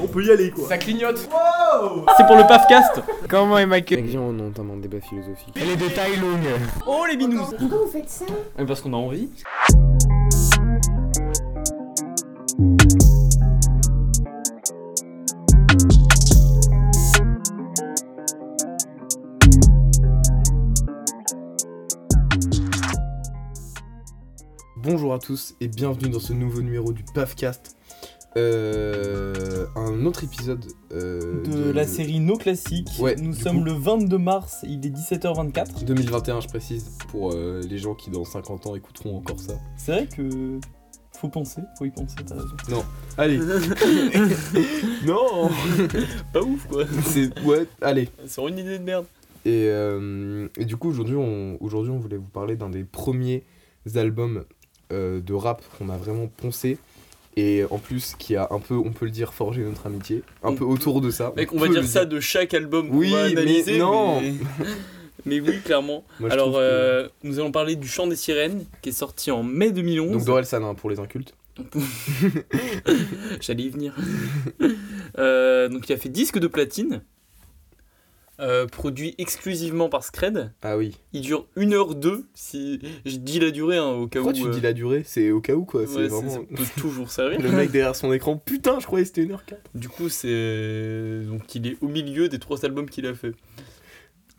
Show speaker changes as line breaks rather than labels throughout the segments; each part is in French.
on peut y aller quoi.
Ça clignote.
C'est pour le PAFcast
Comment est Michael
Viens, on entame un débat philosophique.
Les détails
Euh,
longs.
Oh les binous
Pourquoi vous faites ça
Mais Parce qu'on a envie.
Bonjour à tous et bienvenue dans ce nouveau numéro du PAFcast. Euh, un autre épisode euh,
De la série No Classique,
Ouais,
nous
du
sommes
coup.
le 22 mars, il est 17h24.
2021, je précise, pour euh, les gens qui dans 50 ans écouteront encore ça.
C'est vrai que... Faut penser, faut y penser, t'as raison.
Allez,
Non Pas ouf quoi
c'est. Ouais, allez.
Sur une idée de merde.
Et, euh, et du coup, aujourd'hui, on, aujourd'hui, on voulait vous parler d'un des premiers albums euh, de rap qu'on a vraiment poncé. Et en plus, qui a un peu, on peut le dire, forgé notre amitié. Un
On
peu
peut-
autour de ça.
Mec, on
peut
va dire
le
ça de chaque album qu'on
Oui,
va
mais
analyser.
non.
mais- mais oui, clairement.
Moi, je
Alors,
trouve que-
euh, nous allons parler du Chant des Sirènes, qui est sorti en mai 2011.
Donc, Dorel Sanin pour les incultes.
J'allais y venir. Euh, donc, il a fait disque de platine, euh, produit exclusivement par Scred.
Ah oui.
Il dure 1h02, si je dis la durée, hein, au cas
Pourquoi
où.
tu
euh,
dis la durée C'est au cas où quoi.
ouais,
C'est
c'est- ça
vraiment.
peut toujours servir.
Le mec derrière son écran, putain, je croyais que c'était 1h04.
Du coup, c'est. Donc, il est au milieu des trois albums qu'il a fait.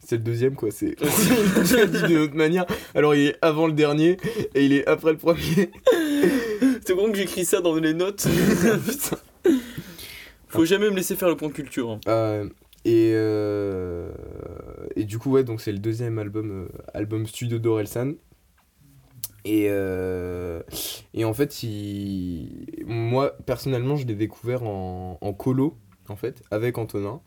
C'est le deuxième quoi, c'est. Je l'ai dit d'une autre manière. Alors il est avant le dernier et il est après le premier.
C'est con que j'écris ça dans les notes. Putain. Faut jamais me laisser faire le point culture. hein.
Euh, et, euh, et du coup, ouais, donc c'est le deuxième album, euh, album studio d'Orelsan. Et, euh, et en fait, il- moi personnellement, je l'ai découvert en, en colo, en fait, avec Antonin,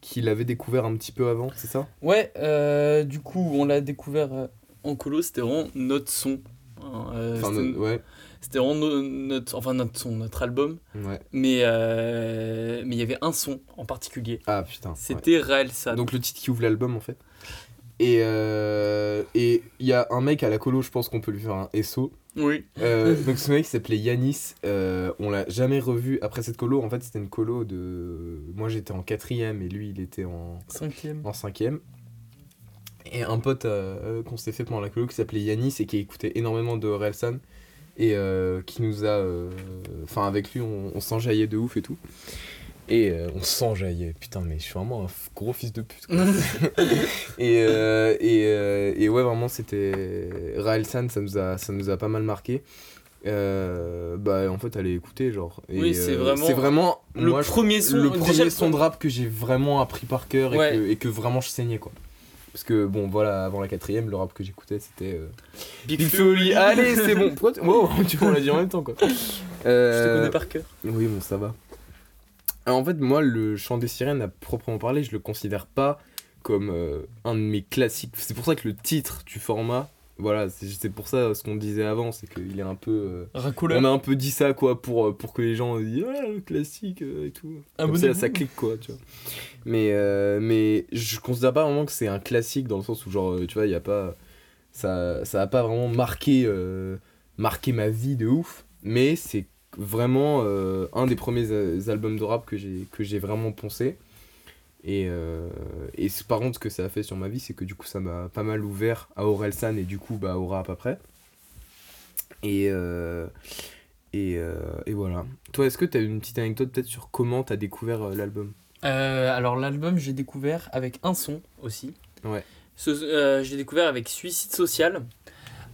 qui l'avait découvert un petit peu avant, c'est ça
Ouais, euh, du coup, on l'a découvert... euh,
En colo, c'était vraiment notre son. hein, euh,
Enfin,
c'était-
no- ouais,
c'était vraiment no- notre, enfin, notre son, notre album.
ouais.
Mais euh, mais il y avait un son en particulier.
Ah putain. ouais.
C'était Raelsa.
Donc le titre qui ouvre l'album, en fait. Et euh, et il y a un mec à la colo, je pense qu'on peut lui faire un SO.
Oui.
Euh, donc ce mec s'appelait Yanis, euh, on l'a jamais revu après cette colo, en fait c'était une colo de... Moi j'étais en quatrième et lui il était en,
Cinquième.
en cinquième. Et un pote euh, euh, qu'on s'est fait pendant la colo qui s'appelait Yanis et qui écoutait énormément de Relsan et euh, qui nous a... euh, Enfin avec lui on, on s'enjaillait de ouf et tout. Et euh, on s'enjaillait, putain mais je suis vraiment un f- gros fils de pute. quoi. et, euh, et, euh, et ouais vraiment c'était... Relsan ça nous, a, ça nous a pas mal marqué. Euh, bah en fait allez écouter genre Et,
Oui, c'est
euh,
vraiment-
c'est vraiment
le
moi, je
premier son. euh,
le
déjà,
premier son de rap que j'ai vraiment appris par cœur et,
Ouais.
que, et que vraiment je saignais quoi. Parce que bon voilà, avant la quatrième, le rap que j'écoutais c'était... euh,
Big
Big
Flo-
Flo et Oli. allez c'est bon Pourquoi tu- Wow, tu vois, on l'a dit en même temps quoi.
Je te
Euh,
connais par cœur.
Oui bon ça va. Alors, en fait moi le chant des sirènes à proprement parler, je le considère pas comme euh, un de mes classiques. C'est pour ça que le titre du format, voilà, c'est c'est pour ça euh, ce qu'on disait avant, c'est qu'il est un peu... euh,
Racoleur.
on a un peu dit ça quoi pour, euh, pour que les gens disent ah, le classique euh, et tout. Comme ça,
Abonnez-vous.
ça clique quoi, tu vois. Mais, euh, mais je considère pas vraiment que c'est un classique dans le sens où, genre, euh, tu vois, il y a pas. Ça, ça a pas vraiment marqué, euh, marqué ma vie de ouf. Mais c'est vraiment euh, un des premiers euh, albums de rap que j'ai que j'ai vraiment poncé. Et, euh, et c'est- par contre, ce que ça a fait sur ma vie, c'est que du coup, ça m'a pas mal ouvert à Orelsan et du coup, bah, au rap après. Et. euh, et, euh, et voilà. Toi, est-ce que tu as une petite anecdote peut-être sur comment tu as découvert euh, l'album
Euh, alors l'album j'ai découvert avec un son aussi.
Ouais.
Ce- euh, j'ai découvert avec Suicide Social.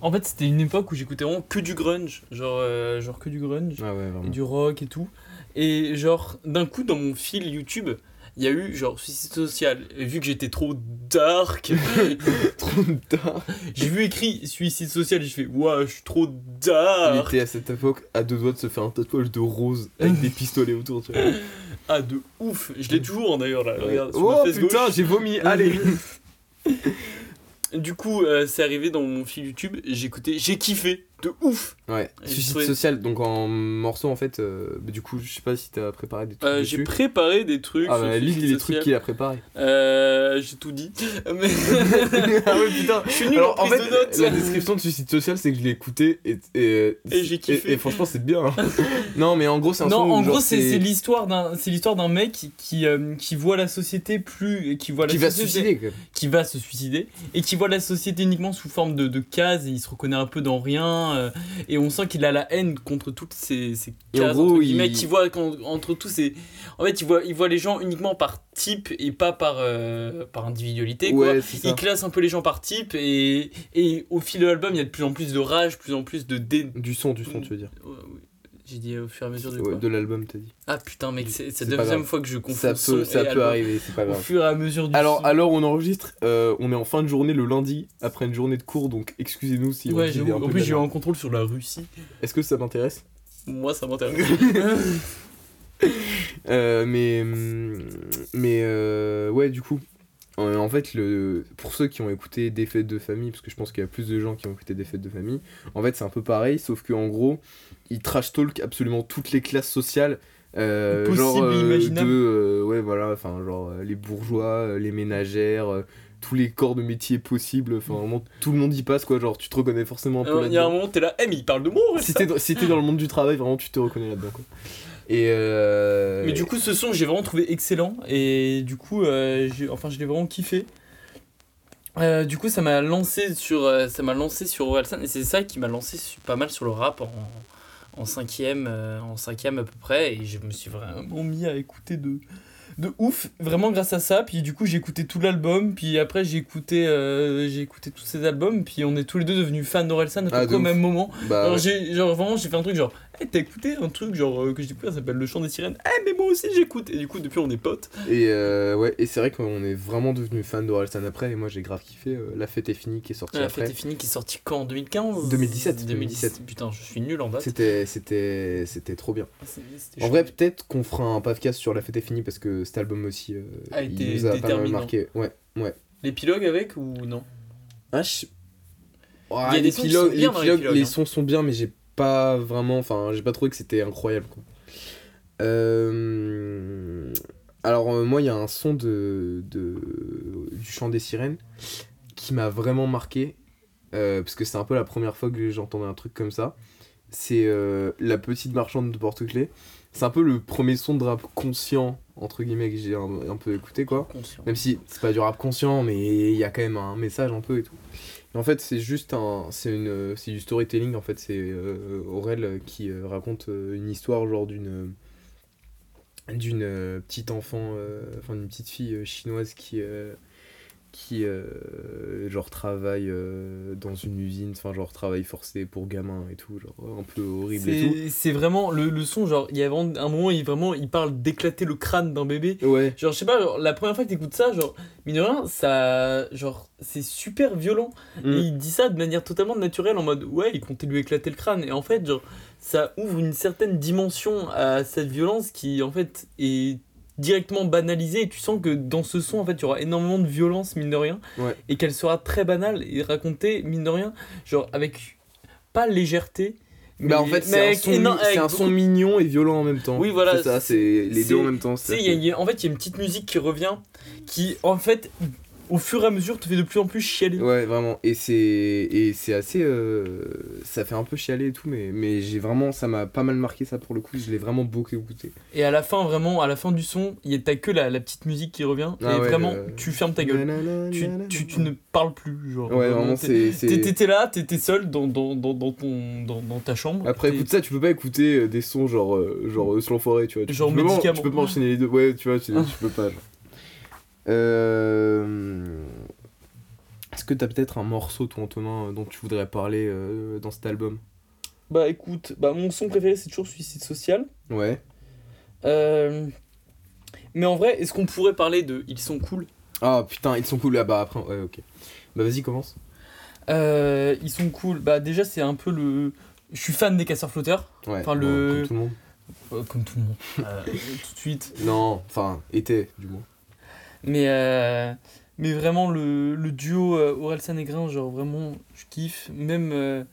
En fait c'était une époque où j'écoutais vraiment que du grunge, genre euh, genre que du grunge,
Ah ouais, vraiment.
et du rock et tout. Et genre d'un coup dans mon fil YouTube il y a eu genre Suicide Social. Et vu que j'étais trop dark,
Trop tard.
j'ai vu écrit Suicide Social et j'ai fait waouh je suis trop
Il
dark.
était à cette époque à deux doigts de se faire un tatouage de rose avec des pistolets autour, tu vois.
Ah de ouf, je l'ai
hein,
toujours d'ailleurs là. Regarde, sur ma
oh
fesse gauche.
putain, j'ai vomi, allez
Du coup, euh, c'est arrivé dans mon fil YouTube, j'écoutais, j'ai kiffé, de ouf.
Ouais.
Et j'ai
Suicide
trouvé-
social, donc en morceaux en fait, euh, bah, du coup, je sais pas si t'as préparé des trucs.
Euh,
dessus.
j'ai préparé des trucs.
Ah
sur
bah,
le
liste
suicide
les trucs
social.
qu'il a préparés.
Euh, j'ai tout dit. Mais...
ah ouais, putain.
je suis nul
Alors,
en
en
prise
fait,
de notes.
la description de Suicide Social, c'est que je l'ai écouté et. Et,
Et j'ai kiffé.
Et, franchement, c'est bien. hein. non, mais en gros, c'est un
Non,
son où,
en
genre,
gros, c'est c'est l'histoire d'un, c'est l'histoire d'un mec qui qui, euh, qui voit la société plus, qui voit la
Qui va se
société-
suicider, quoi.
qui va se suicider et qui voit la société uniquement sous forme de, de cases et il se reconnaît un peu dans rien euh, et on sent qu'il a la haine contre toutes ces, ces
Et en
cases.
gros,
entre
il-
guillemets, qui voit qu'en- entre tous ces en fait il voit il voit les gens uniquement par type et pas par euh, par individualité quoi.
Ouais, c'est
il
ça.
classe un peu les gens par type et, et au fil de l'album il y a de plus en plus de rage plus en plus de dé...
Du son, du son, tu veux dire.
Ouais, ouais. j'ai dit au fur et à mesure de
Ouais,
quoi
de l'album, t'as dit.
ah putain mec c'est c'est
C'est
la
pas
deuxième
grave.
fois que je confonds
Ça
son
peut,
et
ça peut
album.
arriver, c'est pas
au
grave.
fur et à mesure du
Alors,
son.
alors on enregistre, euh, on est en fin de journée le lundi, après une journée de cours, donc excusez-nous si on
Ouais,
dit
j'ai-
des un
en
peu
plus j'ai eu
galères.
un contrôle sur la Russie
Est-ce que ça m'intéresse
moi ça m'intéresse
Euh, mais hum, mais euh, ouais du coup euh, en fait le pour ceux qui ont écouté des fêtes de famille parce que je pense qu'il y a plus de gens qui ont écouté des fêtes de famille en fait c'est un peu pareil sauf que en gros ils trash talk absolument toutes les classes sociales euh,
Possible,
genre euh,
imaginable.
de euh, ouais voilà enfin genre euh, les bourgeois euh, les ménagères euh, tous les corps de métier possibles enfin vraiment tout le monde y passe quoi genre tu te reconnais forcément
Euh,
un peu
il y a
là-dedans
un moment t'es là eh mais il parle de moi ouais,
si
ça.
t'es dans, si t'es dans le monde du travail vraiment tu te reconnais là-dedans quoi et euh,
mais du coup ce son j'ai vraiment trouvé excellent et du coup euh, j'ai- enfin je l'ai vraiment kiffé Euh, du coup ça m'a lancé
sur euh, ça m'a lancé sur Orelsan et c'est ça qui m'a lancé su- pas mal sur le rap en en cinquième euh, en cinquième à peu près et je me suis vraiment
vraiment mis à écouter de de ouf vraiment grâce à ça puis du coup j'ai écouté tout l'album puis après j'ai écouté euh, j'ai écouté tous ces albums puis on est tous les deux devenus fans d'Orelsan à peu
Ah, de
près au
ouf.
même moment
Euh,
bah,
genre,
ouais.
j'ai genre vraiment j'ai fait un truc genre Eh, t'as écouté un truc genre euh, que j'ai découvert ça s'appelle le chant des sirènes Eh, mais moi aussi j'écoute et du coup depuis on est potes
Et euh, ouais, et c'est vrai qu'on est vraiment devenu fan d'Orelsan après, et moi j'ai grave kiffé euh, La fête est finie qui est sortie
la fête
après.
est finie qui est sortie quand en 2015
2017,
2017 putain je suis nul en date
C'était c'était c'était trop bien.
C'est- c'était
En
chaud.
vrai, peut-être qu'on fera un podcast sur La fête est finie parce que cet album aussi euh,
A été
il nous a pas mal
déterminant.
marqué. Ouais, ouais.
l'épilogue avec ou non
Ah, je-
Il y a
Ah,
des sons qui
l'épilogue-
sont bien dans
l'épilogue,
l'épilogue,
les
hein.
sons sont bien, mais j'ai pas vraiment, enfin, j'ai pas trouvé que c'était incroyable. quoi. Euh, Alors euh, moi, il y a un son de, de- du chant des sirènes qui m'a vraiment marqué euh, parce que c'est un peu la première fois que j'entendais un truc comme ça. C'est euh, la petite marchande de porte-clés. C'est un peu le premier son de rap conscient entre guillemets que j'ai un- un peu écouté quoi.
conscient
Même si c'est pas du rap conscient, mais il y a quand même un message un peu et tout. Et en fait, c'est juste un. C'est une, c'est du storytelling, en fait. C'est euh, Aurel qui euh, raconte euh, une histoire, genre d'une. d'une euh, petite enfant. euh, Enfin, d'une petite fille euh, chinoise qui. euh, qui euh, genre travaille euh, dans une usine, enfin genre travail forcé pour gamins et tout, genre un peu horrible et
c'est c'est vraiment le, le son genre il y a vraiment un moment il vraiment il parle d'éclater le crâne d'un bébé
tout. Ouais.
Genre, je sais pas, genre, la première fois que t'écoutes ça, genre, mine de rien, ça. Genre, c'est super violent.
Mm.
Et il dit ça de manière totalement naturelle, en mode, ouais, il comptait lui éclater le crâne. Et en fait, genre, ça ouvre une certaine dimension à cette violence qui, en fait, est directement banalisée. Et tu sens que dans ce son, en fait, il y aura énormément de violence, mine de rien.
Ouais.
Et qu'elle sera très banale et racontée, mine de rien, genre, avec pas légèreté.
Bah en
mais-
fait,
mais
c'est un,
avec
son,
éno-
mi- c'est
avec
un
beaucoup
son mignon et violent en même temps.
Oui, voilà,
C'est ça,
c'est-
c'est les
c'est-
deux en même temps.
Tu sais,
c'est-à-dire
il y a- il y a- en fait, il y a une petite musique qui revient, qui, en fait, au fur et à mesure, te fait de plus en plus chialer.
Ouais, vraiment. Et c'est et c'est assez. euh, Ça fait un peu chialer et tout, mais, mais j'ai vraiment. Ça m'a pas mal marqué, ça pour le coup. Je l'ai vraiment beaucoup écouté.
Et à la fin, vraiment, à la fin du son, il y a- t'as que la, la petite musique qui revient,
Ah
et
ouais,
vraiment,
le-
tu fermes ta gueule. Tu, tu, tu ne parles plus, genre. Euh,
Ouais, vraiment, c'est.
t'es- t'es-
c'est-
T'étais là, t'étais seul dans, dans, dans, dans ton, dans, dans ta chambre.
Après,
t'es-
écoute ça, tu peux pas écouter euh, des sons genre, euh, genre euh, sur l'enfoiré, tu vois. Tu-
Genre
tu peux pas-
médicament.
Tu peux pas enchaîner les deux. Ouais, tu vois, tu, tu peux pas. Genre. Euh, Est-ce que t'as peut-être un morceau, toi, Antonin, euh, dont tu voudrais parler euh, dans cet album
Bah écoute, bah, mon son préféré, c'est toujours Suicide Social.
Ouais.
Euh, Mais en vrai, est-ce qu'on pourrait
pourrait parler de ils sont cool
Ah putain, ils sont cool là-bas après. Ouais, ok. Bah vas-y, commence.
Euh, ils sont cool. Bah déjà c'est un peu le. Je suis fan des casseurs flotteurs,
Ouais,
Enfin, le-
comme tout le monde.
euh, comme tout le monde, euh, tout de suite.
Non, enfin, était, du moins.
Mais euh, mais vraiment le, le duo euh, Orelsan et Grin, genre vraiment je kiffe. Même euh,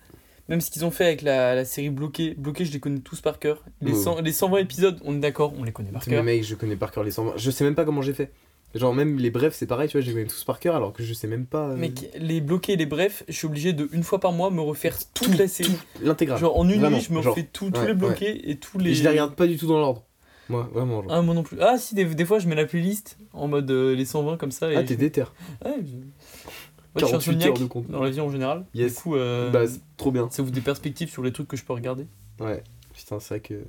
Même ce qu'ils ont fait avec la, la série Bloqué, Bloqué, je les connais tous par cœur. Les,
Ouais.
100 les 120 épisodes, on est d'accord, on les connaît par
Mais
cœur.
mec, je connais par cœur les 120. Je sais même pas comment j'ai fait. Genre, même les brefs, c'est pareil, tu vois, je les connais tous par cœur alors que je sais même pas. euh,
Mec, les bloqués et les brefs, je suis obligé de, une fois par mois, me refaire toute la série.
L'intégrale.
genre en une
Ah, Vraiment,
nuit, je me
genre.
refais tout- tous
Ouais,
les bloqués et tous les.
Et je les regarde pas du tout dans l'ordre. Moi, vraiment. Genre.
Ah, moi non plus. Ah, si, des, des fois, je mets la playlist en mode euh, les 120 comme ça. Et
Ah, t'es déter.
je... Ouais, je... Ouais, je suis un
48 heures
insomniaque
de compte.
dans la vie en général.
Yes.
Du coup, euh,
Bah, c'est trop bien.
ça vous des perspectives sur les trucs que je peux regarder.
Ouais, putain, c'est vrai que.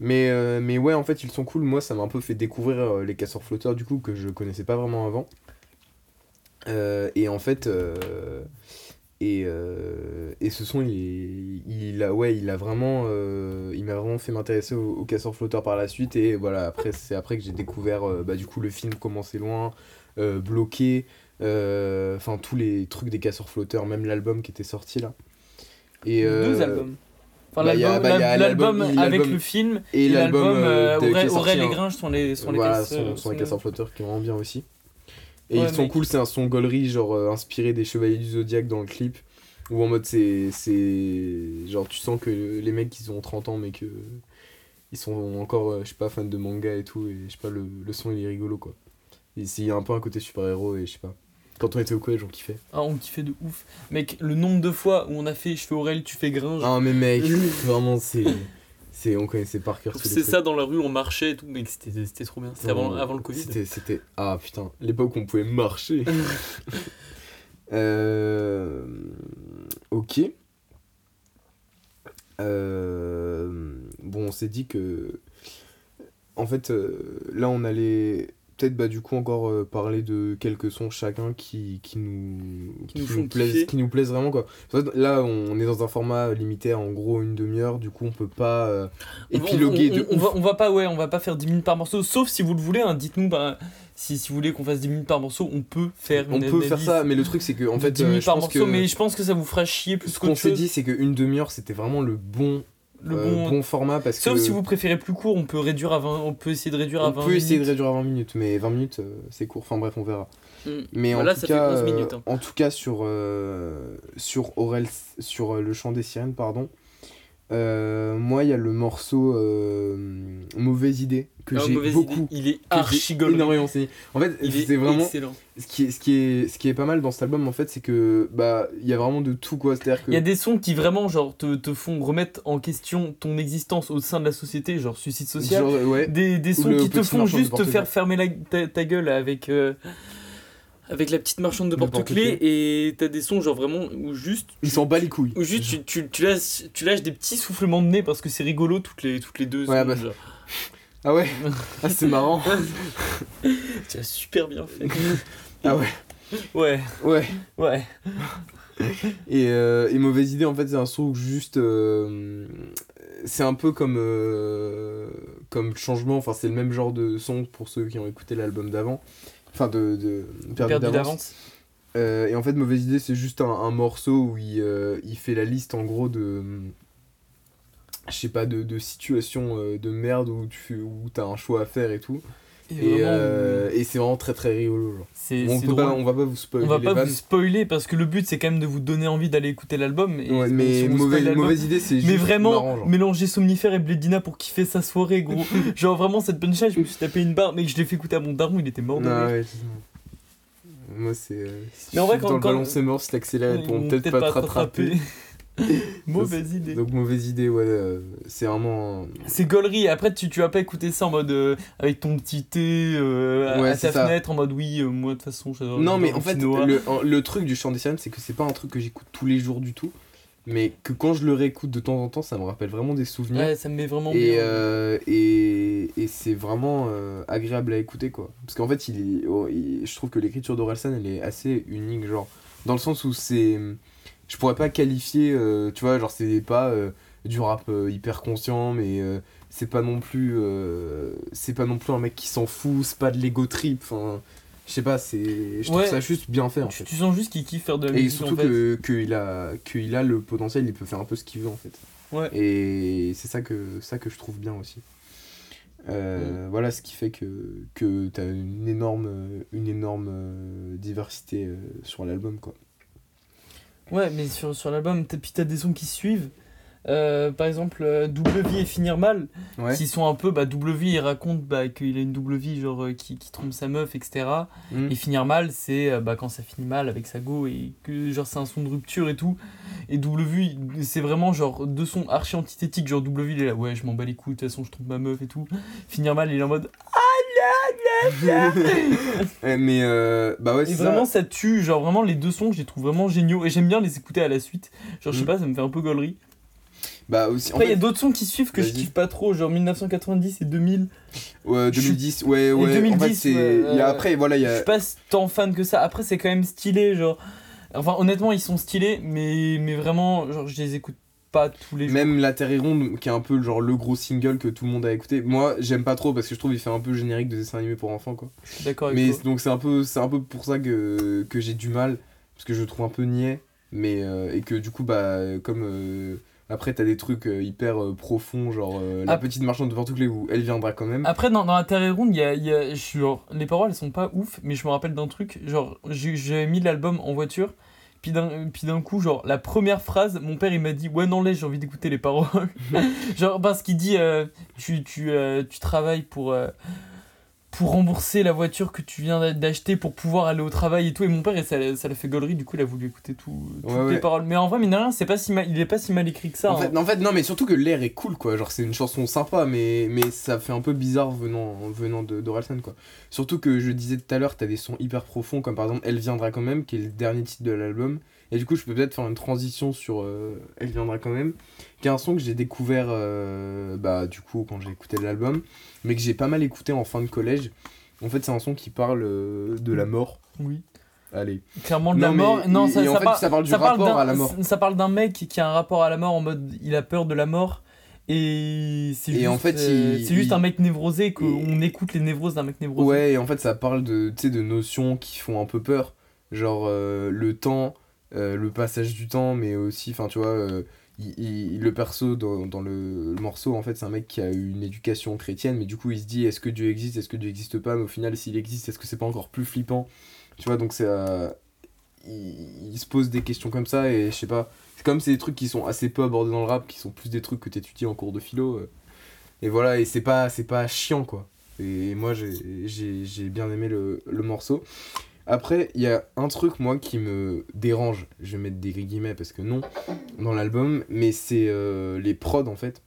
Mais, euh, mais ouais, en fait, ils sont cool. Moi, ça m'a un peu fait découvrir euh, les casseurs flotteurs, du coup, que je connaissais pas vraiment avant. Euh, et en fait. euh, Et, euh, et ce son, il, est- il a, ouais, il a vraiment, euh, il m'a vraiment fait m'intéresser aux au casseurs flotteurs par la suite. Et voilà, après, c'est après que j'ai découvert, euh, bah, du coup, le film Comment c'est loin, euh, Bloqué, euh, enfin, tous les trucs des casseurs flotteurs, même l'album qui était sorti là. Et,
Deux
euh,
albums. Enfin,
bah, y a-
l'album
bah, y a
la-
l'album-
l'album
il-
avec
l'album-
le film
et,
et l'album
l'album euh,
euh,
de- qui est
Aurel-
sorti,
Aurel et
hein.
Gringe sont les sont les
voilà,
casses, euh,
sont, sont les casseurs flotteurs qui vont vraiment bien aussi. Et
Ouais,
ils sont
mec.
cool, c'est un son gaulerie, genre euh, inspiré des Chevaliers du Zodiac dans le clip. Ou en mode, c'est. c'est- Genre, tu sens que les mecs, ils ont 30 ans, mais que. Ils sont encore, euh, je sais pas, fans de manga et tout, et je sais pas, le, le son, il est rigolo, quoi. Et s'il y a un peu un côté super-héros, et je sais pas. Quand on était au collège, on kiffait.
Ah, on kiffait de ouf. Mec, le nombre de fois où on a fait je fais Aurel, tu fais Gringe.
Ah, mais mec, vraiment, c'est. c'est- On connaissait par cœur tous les
C'est
trucs.
ça dans la rue, on marchait et tout, mec, c'était c'était trop bien. C'était avant,
Non,
avant le Covid.
C'était, c'était... Ah putain, l'époque où on pouvait marcher. Euh, Ok. Euh, Bon, on s'est dit que... En fait, euh, là, on allait peut-être bah, du coup encore euh, parler de quelques sons chacun qui, qui nous,
Qui nous font
plaisent,
kiffer.
qui nous plaisent vraiment. quoi. En fait, là, on est dans un format limité à en gros une demi-heure, du coup, on peut pas euh,
On va-
épiloguer
on,
de
on- on
ouf.
va, on va pas ouais, on va pas faire 10 minutes par morceau sauf si vous le voulez hein, dites-nous bah, si, si vous voulez qu'on fasse 10 minutes par morceau, on peut faire
On
une
peut faire
analyse
ça, mais le truc c'est que en
de
fait,
10
euh,
minutes
je
par
pense
morceau
que
mais je pense que ça vous fera chier plus
ce qu'on
qu'autre
s'est
chose.
dit, c'est qu'une demi-heure c'était vraiment le bon,
le
euh,
bon,
bon format parce
sauf
que
si vous préférez plus court, on peut réduire à 20 on peut essayer de réduire à
on
20
peut essayer de
minutes.
réduire à 20 minutes, mais 20 minutes euh, c'est court. Enfin bref, on verra.
Mm.
Mais
Bah là,
en, tout
ça fait
cas,
11
euh,
minutes, hein.
en tout cas, sur, euh, sur, Aurel, sur euh, le chant des sirènes, pardon, euh, moi il y a le morceau euh, Mauvaise idée que
Ah,
j'ai
mauvaise
beaucoup.
idée, il est
que j'ai
archi gaulerie.
énormément saigné. En fait,
Il
c'est
est
vraiment
excellent.
ce qui, est, ce, qui est, ce qui est pas mal dans cet album en fait, c'est que bah il y a vraiment de tout quoi. C'est-à-dire que
Il y a des sons qui vraiment genre te, te font remettre en question ton existence au sein de la société, genre suicide social.
Genre, ouais.
Des, des
Ou
sons
le
qui te
petit
font
marchand de
juste te
porte-clés.
faire fermer la, ta, ta gueule avec. euh,
Avec la petite marchande de
Le
porte-clés et t'as des sons genre vraiment où juste
Ils s'en bat les couilles.
Ou juste tu, tu, tu lâches, tu lâches des petits
petit soufflement de nez parce que c'est rigolo toutes les, toutes les deux.
Ouais,
secondes,
bah,
genre.
Ah ouais Ah c'est marrant.
tu as super bien fait.
Ah ouais
Ouais,
Ouais.
ouais.
Et, euh, et mauvaise idée en fait c'est un son où juste... euh, c'est un peu comme... euh, comme changement, enfin c'est le même genre de son pour ceux qui ont écouté l'album d'avant. Enfin de, de Perdu,
Perdu
d'avance.
d'avance.
Euh, et en fait mauvaise idée c'est juste un, un morceau où il, euh, il fait la liste en gros de... Je sais pas, de, de situations euh, de merde où tu fais- où t'as un choix à faire et tout.
Et
Et,
vraiment,
euh, et c'est vraiment très très rigolo. genre.
c'est
on,
c'est
peut pas-
drôle.
on va pas vous spoiler
On va
les
pas
vannes.
vous spoiler parce que le but c'est quand même de vous donner envie d'aller écouter l'album. et
Ouais,
si
mais
on spoil
mauvaise,
l'album-
mauvaise idée, c'est juste
Mais vraiment,
marrant, genre.
mélanger Somnifère et Blédina pour kiffer sa soirée, gros. genre vraiment, cette punchline, je me suis tapé une barre, mais je l'ai fait écouter à mon daron, il était mort de
Ah
rire.
ouais, c'est ça. Moi, c'est. euh, si
Mais en
je
vrai,
suis
quand-
dans le
quand-
ballon, c'est mort, si t'accélères,
Ils
ils pourront
m'ont
peut-être pas te rattraper.
rattrapé. Mauvaise idée.
Donc, mauvaise idée, ouais. euh, c'est vraiment.
C'est gaulerie, après tu, tu vas pas écouter ça en mode euh, avec ton petit thé euh, à-
Ouais,
à ta
c'est ça.
fenêtre, en mode oui, euh, moi de toute façon j'adore.
Non, mais
j'adore
en fait,
Noah.
le, en- le truc du chant des sirènes, c'est que c'est pas un truc que j'écoute tous les jours du tout. Mais que quand je le réécoute de temps en temps, ça me rappelle vraiment des souvenirs.
Ouais, ça me met vraiment
et,
bien.
euh, et, et c'est vraiment euh, agréable à écouter quoi parce qu'en fait il est- oh, il- je trouve que l'écriture d'Orelsan elle est assez unique genre dans le sens où c'est je pourrais pas qualifier euh, tu vois genre c'est pas euh, du rap euh, hyper conscient mais euh, c'est pas non plus euh, c'est pas non plus un mec qui s'en fout c'est pas de l'ego trip enfin je sais pas c'est je trouve
Ouais.
ça juste bien fait en
tu,
fait
tu sens juste qu'il kiffe faire de la
et
musique
surtout
en fait.
que qu'il a qu'il a le potentiel, il peut faire un peu ce qu'il veut en fait.
Ouais.
Et c'est ça que ça que je trouve bien aussi.
Mm.
Euh, Voilà ce qui fait que que t'as une énorme une énorme euh, diversité euh, sur l'album quoi.
Ouais, mais sur, sur l'album, t'as- puis t'as des sons qui suivent. Euh, par exemple, euh, Double Vie et Finir Mal,
Ouais.
qui sont un peu. Bah, double Vie, il raconte bah, qu'il a une double vie, genre euh, qui, qui trompe sa meuf, etc.
Mm.
Et Finir Mal, c'est euh, bah, quand ça finit mal avec sa go et que genre c'est un son de rupture et tout. Et Double Vie, c'est vraiment genre deux sons archi antithétiques. Genre Double Vie, il est là, ouais, je m'en bats les couilles, de toute façon, je trompe ma meuf et tout. Finir Mal, il est en mode.
Eh, mais euh, bah ouais,
Et
c'est
vraiment,
ça.
ça tue. Genre, vraiment, les deux sons, je les trouve vraiment géniaux. Et j'aime bien les écouter à la suite. Genre, je sais
Mm.
pas, ça me fait un peu gaulerie.
Bah aussi, en
Après, il y
fait,
a d'autres sons qui suivent que je
Vas-y.
kiffe pas trop, genre 1990 et 2000.
ouais, 2010, ouais, ouais. en
2010,
fait, c'est.
ouais,
il y a
euh,
après, voilà, il y
Je
a.
suis pas tant fan que ça. Après, c'est quand même stylé, genre. Enfin, honnêtement, ils sont stylés, mais, mais vraiment, genre, je les écoute pas tous les jours.
Même La Terre est ronde, qui est un peu genre le gros single que tout le monde a écouté. Moi, j'aime pas trop parce que je trouve il fait un peu générique de dessin animé pour enfants, quoi.
Je suis d'accord avec
Mais
toi.
donc c'est un peu c'est un peu pour ça que, que j'ai du mal parce que je le trouve un peu niais mais euh, et que du coup bah comme euh, après t'as des trucs euh, hyper euh, profonds genre euh, la
Ah.
petite marchande de Portugal où elle viendra quand même.
Après, dans, dans la Terre est ronde, il y a, il y a- je suis genre- les paroles elles sont pas ouf, mais je me rappelle d'un truc. Genre, j'ai- j'avais mis l'album en voiture, puis d'un puis d'un coup, genre, la première phrase, mon père il m'a dit Ouais, non, laisse, j'ai envie d'écouter les paroles. genre, parce qu'il dit euh, tu, tu, euh, tu travailles pour. euh, pour rembourser la voiture que tu viens d'a- d'acheter pour pouvoir aller au travail et tout et mon père et ça, l'a- ça l'a fait gaulerie du coup il a voulu écouter tout, toutes
Ouais, ouais.
les paroles mais en vrai mine de rien c'est pas si mal, il est pas si mal écrit que ça
en,
hein.
fait, en fait, non mais surtout que l'air est cool quoi genre c'est une chanson sympa mais mais ça fait un peu bizarre venant venant de d'Orelsan quoi. Surtout que je disais tout à l'heure t'as des sons hyper profonds comme par exemple elle viendra quand même qui est le dernier titre de l'album et du coup je peux peut-être faire une transition sur euh, elle viendra quand même qui est un son que j'ai découvert euh, bah du coup quand j'ai écouté l'album mais que j'ai pas mal écouté en fin de collège. En fait c'est un son qui parle euh, de la mort.
oui
Allez.
clairement de la
mais-
mort non
et-
ça,
et en
ça
fait,
par-
ça parle du
ça parle
rapport
d'un-
à la mort.
ça- Ça parle d'un mec qui a un rapport à la mort en mode il a peur de la mort et c'est
Et
juste,
en fait,
euh,
il-
c'est juste
il-
un mec névrosé
il-
qu'on écoute les névroses d'un mec névrosé.
Ouais, et en fait, ça parle de, tu sais, de notions qui font un peu peur. Genre euh, le temps, euh, le passage du temps, mais aussi, enfin, tu vois, euh, il- il- le perso dans, dans le, le morceau, en fait, c'est un mec qui a eu une éducation chrétienne, mais du coup, il se dit est-ce que Dieu existe, est-ce que Dieu existe pas, mais au final, s'il existe, est-ce que c'est pas encore plus flippant Tu vois, donc c'est. euh, il, il se pose des questions comme ça, et je sais pas. C'est comme c'est des trucs qui sont assez peu abordés dans le rap, qui sont plus des trucs que t'étudies en cours de philo. euh. et voilà, et c'est pas, c'est pas chiant, quoi. Et moi, j'ai j'ai- j'ai bien aimé le, le morceau. Après, il y a un truc, moi, qui me dérange. Je vais mettre des guillemets parce que non, dans l'album. Mais c'est euh, les prods, en fait.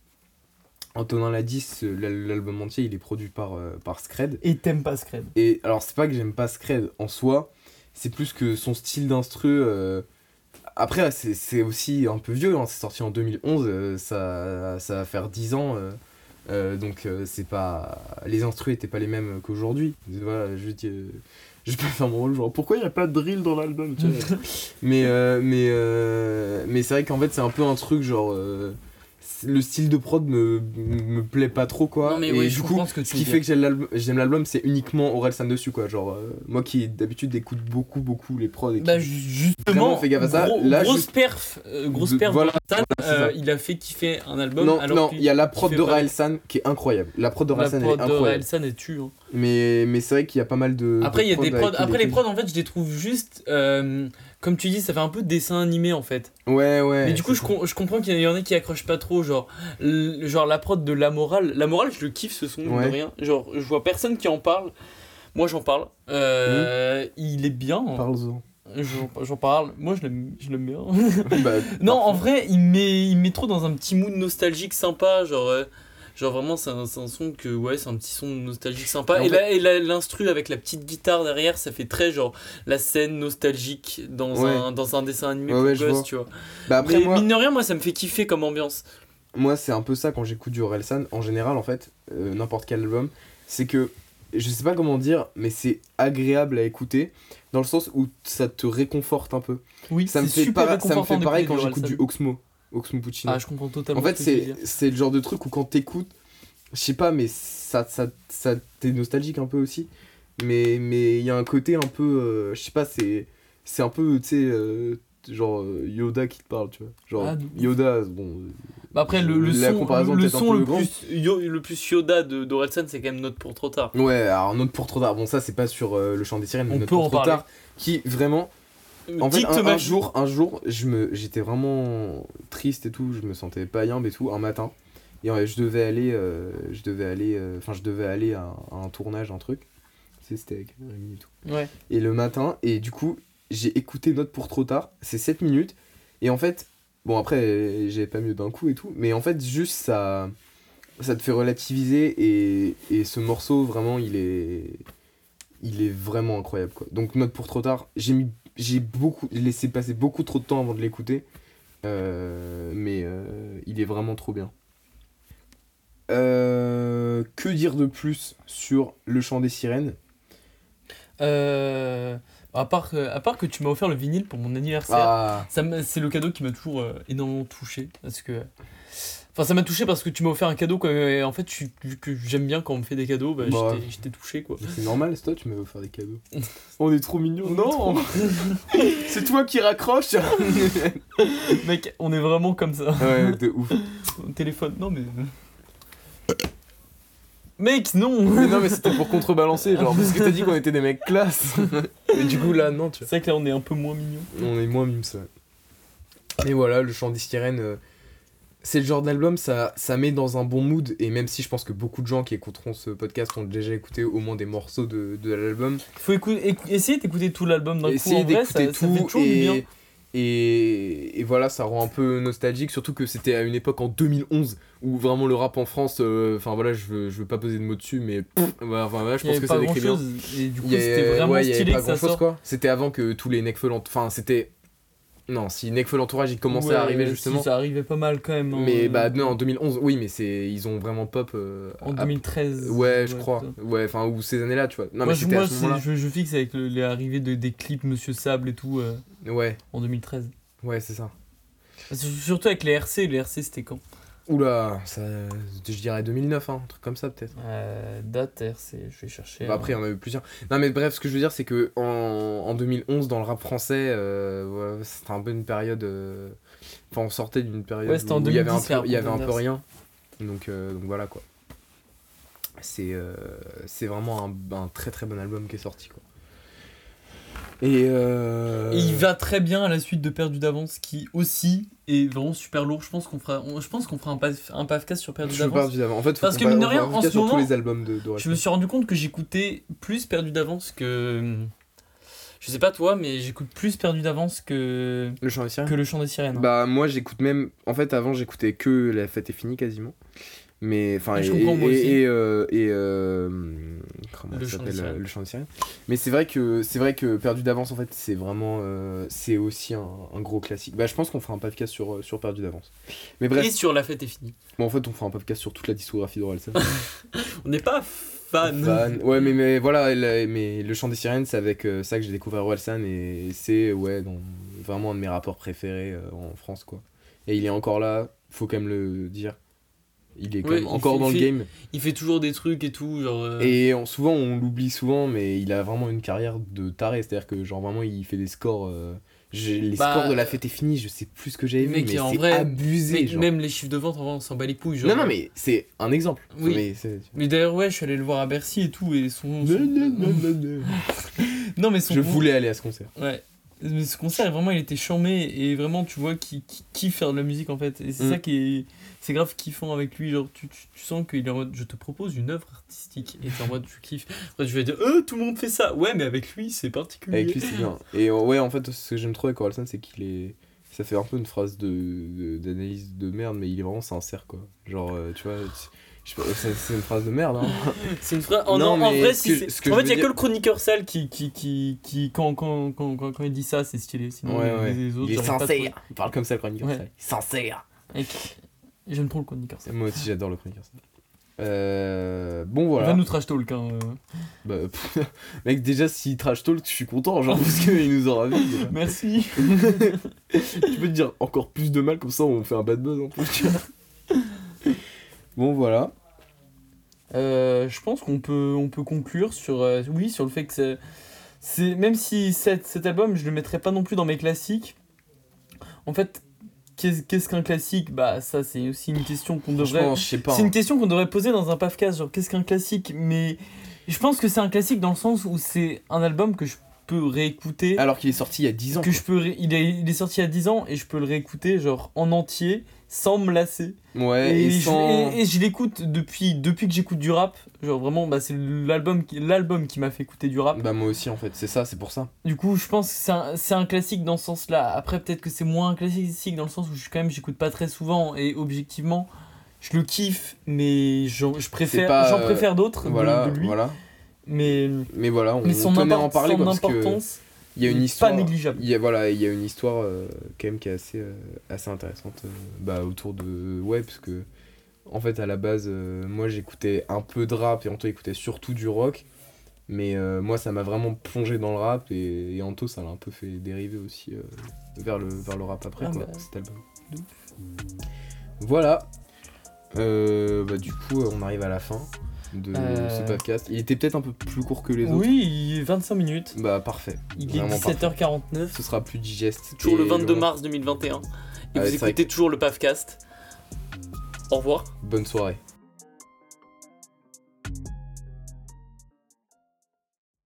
Antonin l'a dit, ce- l'al- l'album entier, il est produit par, euh, par Scred.
Et t'aimes pas Scred.
Et alors, c'est pas que j'aime pas Scred en soi, c'est plus que son style d'instru. euh, Après, c'est- c'est aussi un peu vieux, hein, c'est sorti en 2011, euh, ça, ça va faire 10 ans. euh, euh, donc, euh, c'est pas. Les instrus étaient pas les mêmes qu'aujourd'hui. Voilà, je veux dire. Je vais pas faire mon rôle, genre pourquoi il y a pas de drill dans l'album tu vois Mais, euh, mais, euh, mais c'est vrai qu'en fait, c'est un peu un truc genre. euh, c'est- le style de prod me, me plaît pas trop quoi.
Non, mais
Et
ouais,
du
je
coup,
comprends ce que tu
ce
veux
qui fait
dire.
que j'aime l'album- j'aime l'album, c'est uniquement Orelsan dessus, quoi. Genre, euh, moi qui d'habitude écoute beaucoup, beaucoup les prods et qui-
Bah, ju- justement,
Vraiment, fais gaffe à ça.
gros-
Là,
grosse
juste-
perf, euh, grosse
De-
perf
voilà,
d'Orelsan,
voilà,
euh,
c'est ça.
il a fait kiffer un album.
Non,
alors
non,
qu'il-
il y a la
qu'il
prod
fait
de
pas-
Raelsan qui est incroyable. La prod de
La
Raelsan, elle est
prod
incroyable.
d'Orelsan est tue. hein.
Mais, mais c'est vrai qu'il y a pas mal de.
Après, il y a des
avec
prods.
qui il
Après,
est-
les prods, en fait, je les trouve juste. euh, comme tu dis, ça fait un peu dessin animé, en fait.
Ouais, ouais.
Mais du coup,
c'est
je, com- je comprends qu'il y en a qui accrochent pas trop. Genre, l- genre la prod de La Morale. La Morale, je le kiffe ce son, mine de
Ouais.
rien. Genre, je vois personne qui en parle. Moi, j'en parle. Euh, Il est bien.
ça. Parle-en.
J'en j'en parle. Moi, je l'aime je l'aime bien.
Bah,
Non, en vrai, il met, il met trop dans un petit mood nostalgique sympa. Genre, euh, genre vraiment, c'est un, c'est un son que, ouais, c'est un petit son nostalgique sympa.
Mais en
Et là, et là, l'instru avec la petite guitare derrière, ça fait très genre la scène nostalgique dans,
Ouais.
un, dans un dessin animé
Ouais,
pour
ouais, je
gosses,
vois.
tu vois.
bah après,
Mais
moi,
mine de rien, moi, ça me fait kiffer comme ambiance.
moi c'est un peu ça quand j'écoute du Orelsan. En général, en fait, euh, n'importe quel album, c'est que. Je sais pas comment dire, mais c'est agréable à écouter dans le sens où ça te réconforte un peu.
Oui,
ça me
c'est
fait,
super
para- ça me fait
réconfortant
pareil quand
d'écouter
j'écoute du
Orelsan.
Oxmo. Oxmo Puccino.
Ah, je comprends totalement.
en fait,
ce que tu veux
c'est
dire.
c'est le genre de truc où quand t'écoutes, je sais pas, mais ça, ça, ça t'es nostalgique un peu aussi. Mais mais il y a un côté un peu, euh, je sais pas, c'est c'est un peu, tu sais, euh, genre euh, Yoda qui te parle, tu vois. Genre
Ah, de-
Yoda, bon. euh,
Bah après, le, le
la
son,
comparaison
le,
peut-être un
son
peu
le
grande.
plus
Yo- le plus Yoda de d'Orelsan, c'est quand même Note pour trop tard.
Ouais, alors Note pour trop tard. Bon, ça, c'est pas sur euh, le chant des sirènes, mais
On
Note
peut
pour
en
trop
parler.
tard. Qui vraiment. En fait,
dicte
un,
ma
un
vie.
jour, un jour, je me, j'étais vraiment triste et tout, je me sentais pas bien et tout, un matin. Et euh, je devais aller, euh, je devais aller, euh, enfin, je devais aller à, un- à un tournage, un truc. Tu sais, C'était avec Rémi et tout.
Ouais.
Et le matin, et du coup, j'ai écouté Note pour trop tard, c'est 7 minutes. Et en fait, bon, après, euh, j'avais pas mieux d'un coup et tout, mais en fait, juste ça, ça te fait relativiser. Et, et ce morceau, vraiment, il est, il est vraiment incroyable, quoi. Donc, Note pour trop tard, j'ai mis j'ai beaucoup j'ai laissé passer beaucoup trop de temps avant de l'écouter Euh, mais euh, il est vraiment trop bien Euh, que dire de plus sur le chant des sirènes
Euh, à, part, que- à part que tu m'as offert le vinyle pour mon anniversaire.
ah
Ça m'a- c'est le cadeau qui m'a toujours euh, énormément touché parce que enfin ça m'a touché parce que tu m'as offert un cadeau quoi, et en fait je suis- vu que j'aime bien quand on me fait des cadeaux bah,
Bah.
j'étais- j'étais touché quoi
c'est normal c'est toi tu m'avais offert des cadeaux on est trop mignons
Non.
c'est toi qui raccroche
mec on est vraiment comme ça
ouais de ouf
au téléphone non mais euh. mec non
mais non mais c'était pour contrebalancer genre parce que t'as dit qu'on était des mecs classe et du coup là non tu
c'est vrai que là on est un peu moins mignon
On est moins mimes, ça. Mais voilà, le chant des sirènes, euh, c'est le genre d'album, ça, ça met dans un bon mood. Et même si je pense que beaucoup de gens qui écouteront ce podcast ont déjà écouté au moins des morceaux de, de l'album,
faut écouter éc- essayer d'écouter tout l'album d'un coup
essayez
en vrai ça,
d'écouter
ça fait
tout.
toujours du bien
et, et, et voilà, ça rend un peu nostalgique. Surtout que c'était à une époque en 2011 où vraiment le rap en France, euh, enfin voilà, je veux, je veux pas poser de mots dessus, mais pff, voilà, enfin, voilà, je
il y
pense
avait
que ça
pas grand
décrit bien.
chose et du coup
Il y avait-
c'était vraiment
ouais, il y avait
stylé
pas
que ça
grand-chose,
sorte
quoi. C'était avant que tous les Necfeu l'ent- enfin c'était non, si Necfeu l'entourage, il commençait à
Ouais,
arriver
si,
justement.
ça arrivait pas mal quand même hein,
mais
euh,
bah non, en 2011, oui, mais c'est ils ont vraiment pop euh,
en
à-
2013
Ouais, je crois.
putain.
Ouais, enfin ou ces années-là, tu vois. Non,
euh. moi,
mais
je,
c'était
moi,
à ce
c'est-
moment-là.
je, je fixe avec le- les arrivées de, des clips Monsieur Sable et tout euh,
Ouais,
en 2013.
ouais, c'est ça.
Parce que Surtout avec les RC, les RC c'était quand
Oula, ça je dirais 2009 hein, un truc comme ça peut-être.
Euh, Date RC, je vais chercher.
Bah, après, il y en a eu plusieurs. Non, mais bref, ce que je veux dire, c'est que en, en 2011, dans le rap français, euh, ouais, c'était un peu une période. euh, Enfin, on sortait d'une période
Ouais, c'était en
où il y avait un
2010,
peu, il y
la
avait un peu rien.
Randonneurs.
Donc, euh, donc voilà quoi. C'est euh, c'est vraiment un, un très très bon album qui est sorti quoi. Et, euh,
Et il va très bien à la suite de Perdu d'avance qui aussi est vraiment super lourd. Je pense qu'on fera, on- je pense qu'on fera un, paf- un podcast sur Perdu
Je me parle
d'avance.
du d'avant. En fait, faut
Parce
qu'on
que
va-
mine de
on va
rien,
revenir
en ce
sur tous
moment,
les albums de, de
Je me suis rendu compte que j'écoutais plus Perdu d'avance que je sais pas toi, mais j'écoute plus Perdu d'avance que
Le chant des sirènes
que le chant des sirènes.
Bah moi j'écoute même en fait avant j'écoutais que la fête est finie quasiment mais enfin
Ah,
et
je comprends, moi
et-
aussi.
et, euh, et, euh, comment
Le
ça
chant des
s'appelle,
sirènes.
euh, le chant des sirènes mais c'est vrai que c'est vrai que perdu d'avance en fait c'est vraiment euh, c'est aussi un, un gros classique bah je pense qu'on fera un podcast sur euh, sur perdu d'avance mais bref
Et sur la fête est finie.
bon, en fait on fera un podcast sur toute la discographie d'Orelsan
On n'est pas fan.
Van. Ouais, mais, mais voilà, la- mais le chant des sirènes, c'est avec euh, ça que j'ai découvert Walsan et c'est ouais, dans- vraiment un de mes rapports préférés euh, en France quoi. Et il est encore là, faut quand même le dire. Il est quand
Ouais,
même
il
encore
fait-
dans
il
le
fait-
game
Il fait toujours des trucs et tout, genre. euh,
et on- souvent on l'oublie souvent, mais il a vraiment une carrière de taré, c'est-à-dire que genre vraiment il fait des scores. euh, j'ai- les
Bah,
scores de la fête est finie, je sais plus ce que j'avais
le
vu,
mec,
mais
il est en
c'est
vrai-
abusé.
mais-
genre.
même les chiffres de vente, en vrai, on s'en bat les couilles. Genre.
Non, non, mais c'est un exemple.
Oui.
Mais c'est-
Mais d'ailleurs ouais, je suis allé le voir à Bercy et tout et son.
Non, non, non, non, non.
Non, mais son.
Je voulais aller à ce concert.
Ouais. Mais ce concert, vraiment, il était charmé et vraiment, tu vois, qui, qui kiffe faire de la musique en fait. Et c'est
Mm.
ça qui est. C'est grave kiffant avec lui. Genre, tu, tu, tu sens qu'il est en mode, je te propose une œuvre artistique et t'es en mode, tu kiffes. Après, je vais dire, euh, tout le monde fait ça. Ouais, mais avec lui, c'est particulier.
Avec lui, c'est bien. Et euh, ouais, en fait, ce que j'aime trop avec Orelsan, c'est qu'il est. Ça fait un peu une phrase de de- d'analyse de, merde, mais il est vraiment sincère, quoi. Genre, euh, tu vois, tu- je sais pas, ça- c'est une phrase de merde, hein.
C'est une phrase. En,
Non,
en- en
mais
vrai,
ce
si
que
c'est-
je- ce que
en
je
fait,
veux
il y a
dire-
que le chroniqueur sale qui, qui, qui, qui quand, quand, quand, quand, quand il dit ça, c'est stylé. Sinon,
Ouais, ouais.
les, les autres,
il est
j'aurais pas
sincère. Il parle comme ça, le chroniqueur.
Ouais.
ça. Sincère.
trouvé. Mec, J'aime trop le chroniqueur sale.
Moi aussi, j'adore le chroniqueur. ça. Euh, bon,
Il
voilà.
va nous trash talk. Hein. euh.
Bah, pff, mec, déjà, s'il trash talk, je suis content, genre, parce qu'il nous aura vu. déjà.
Merci.
tu peux te dire encore plus de mal, comme ça, on fait un bad buzz en plus. bon, voilà.
Euh, je pense qu'on peut, on peut conclure sur, euh, oui, sur le fait que c'est- c'est. Même si cet, cet album, je le mettrais pas non plus dans mes classiques. En fait, qu'est-ce qu'est-ce qu'un classique Bah, ça, c'est aussi une question qu'on devrait.
Franchement, je sais pas.
C'est
hein.
une question qu'on devrait poser dans un podcast, genre qu'est-ce qu'un classique Mais je pense que c'est un classique dans le sens où c'est un album que je peux réécouter.
Alors qu'il est sorti il y a 10 ans.
que je peux ré- il, est, il est sorti il y a 10 ans et je peux le réécouter genre en entier sans me lasser.
quoi. Ouais, et,
je-
sans.
et- et je l'écoute depuis, depuis que j'écoute du rap. Genre vraiment, bah, c'est l'album qui, l'album qui m'a fait écouter du rap.
Bah, moi aussi, en fait, c'est ça, c'est pour ça.
Du coup, je pense que c'est un, c'est un classique dans ce sens-là. Après, peut-être que c'est moins un classique dans le sens où je, quand même, j'écoute pas très souvent et objectivement, je le kiffe, mais j'en, je préfère,
pas,
j'en
euh,
préfère d'autres de-
Voilà,
de, lui.
voilà.
Mais,
Mais voilà, on
mais son,
tenait à
impor-
en parler
son
parce que
importance
il y a
est
une histoire.
pas négligeable.
Il y a, voilà, il y a une histoire euh, quand même qui est assez, euh, assez intéressante euh, bah, autour de. Ouais, parce que en fait, à la base, euh, moi j'écoutais un peu de rap et Anto écoutait surtout du rock. Mais euh, moi, ça m'a vraiment plongé dans le rap et, et Anto, ça l'a un peu fait dériver aussi euh, vers, le, vers le rap après,
Ah
quoi,
bah,
cet album.
de
Voilà. Euh, bah, du coup, euh, on arrive à la fin de
Euh.
ce podcast. Il était peut-être un peu plus court que les autres.
Oui, il est 25 minutes.
Bah, parfait.
Il est
Vraiment parfait.
17h49.
Ce sera plus digeste.
Toujours le
et
22
vraiment- Ah
mars 2021. Et
Ouais,
vous
c'est vrai
écoutez toujours le PAFcast. Au revoir.
Bonne soirée.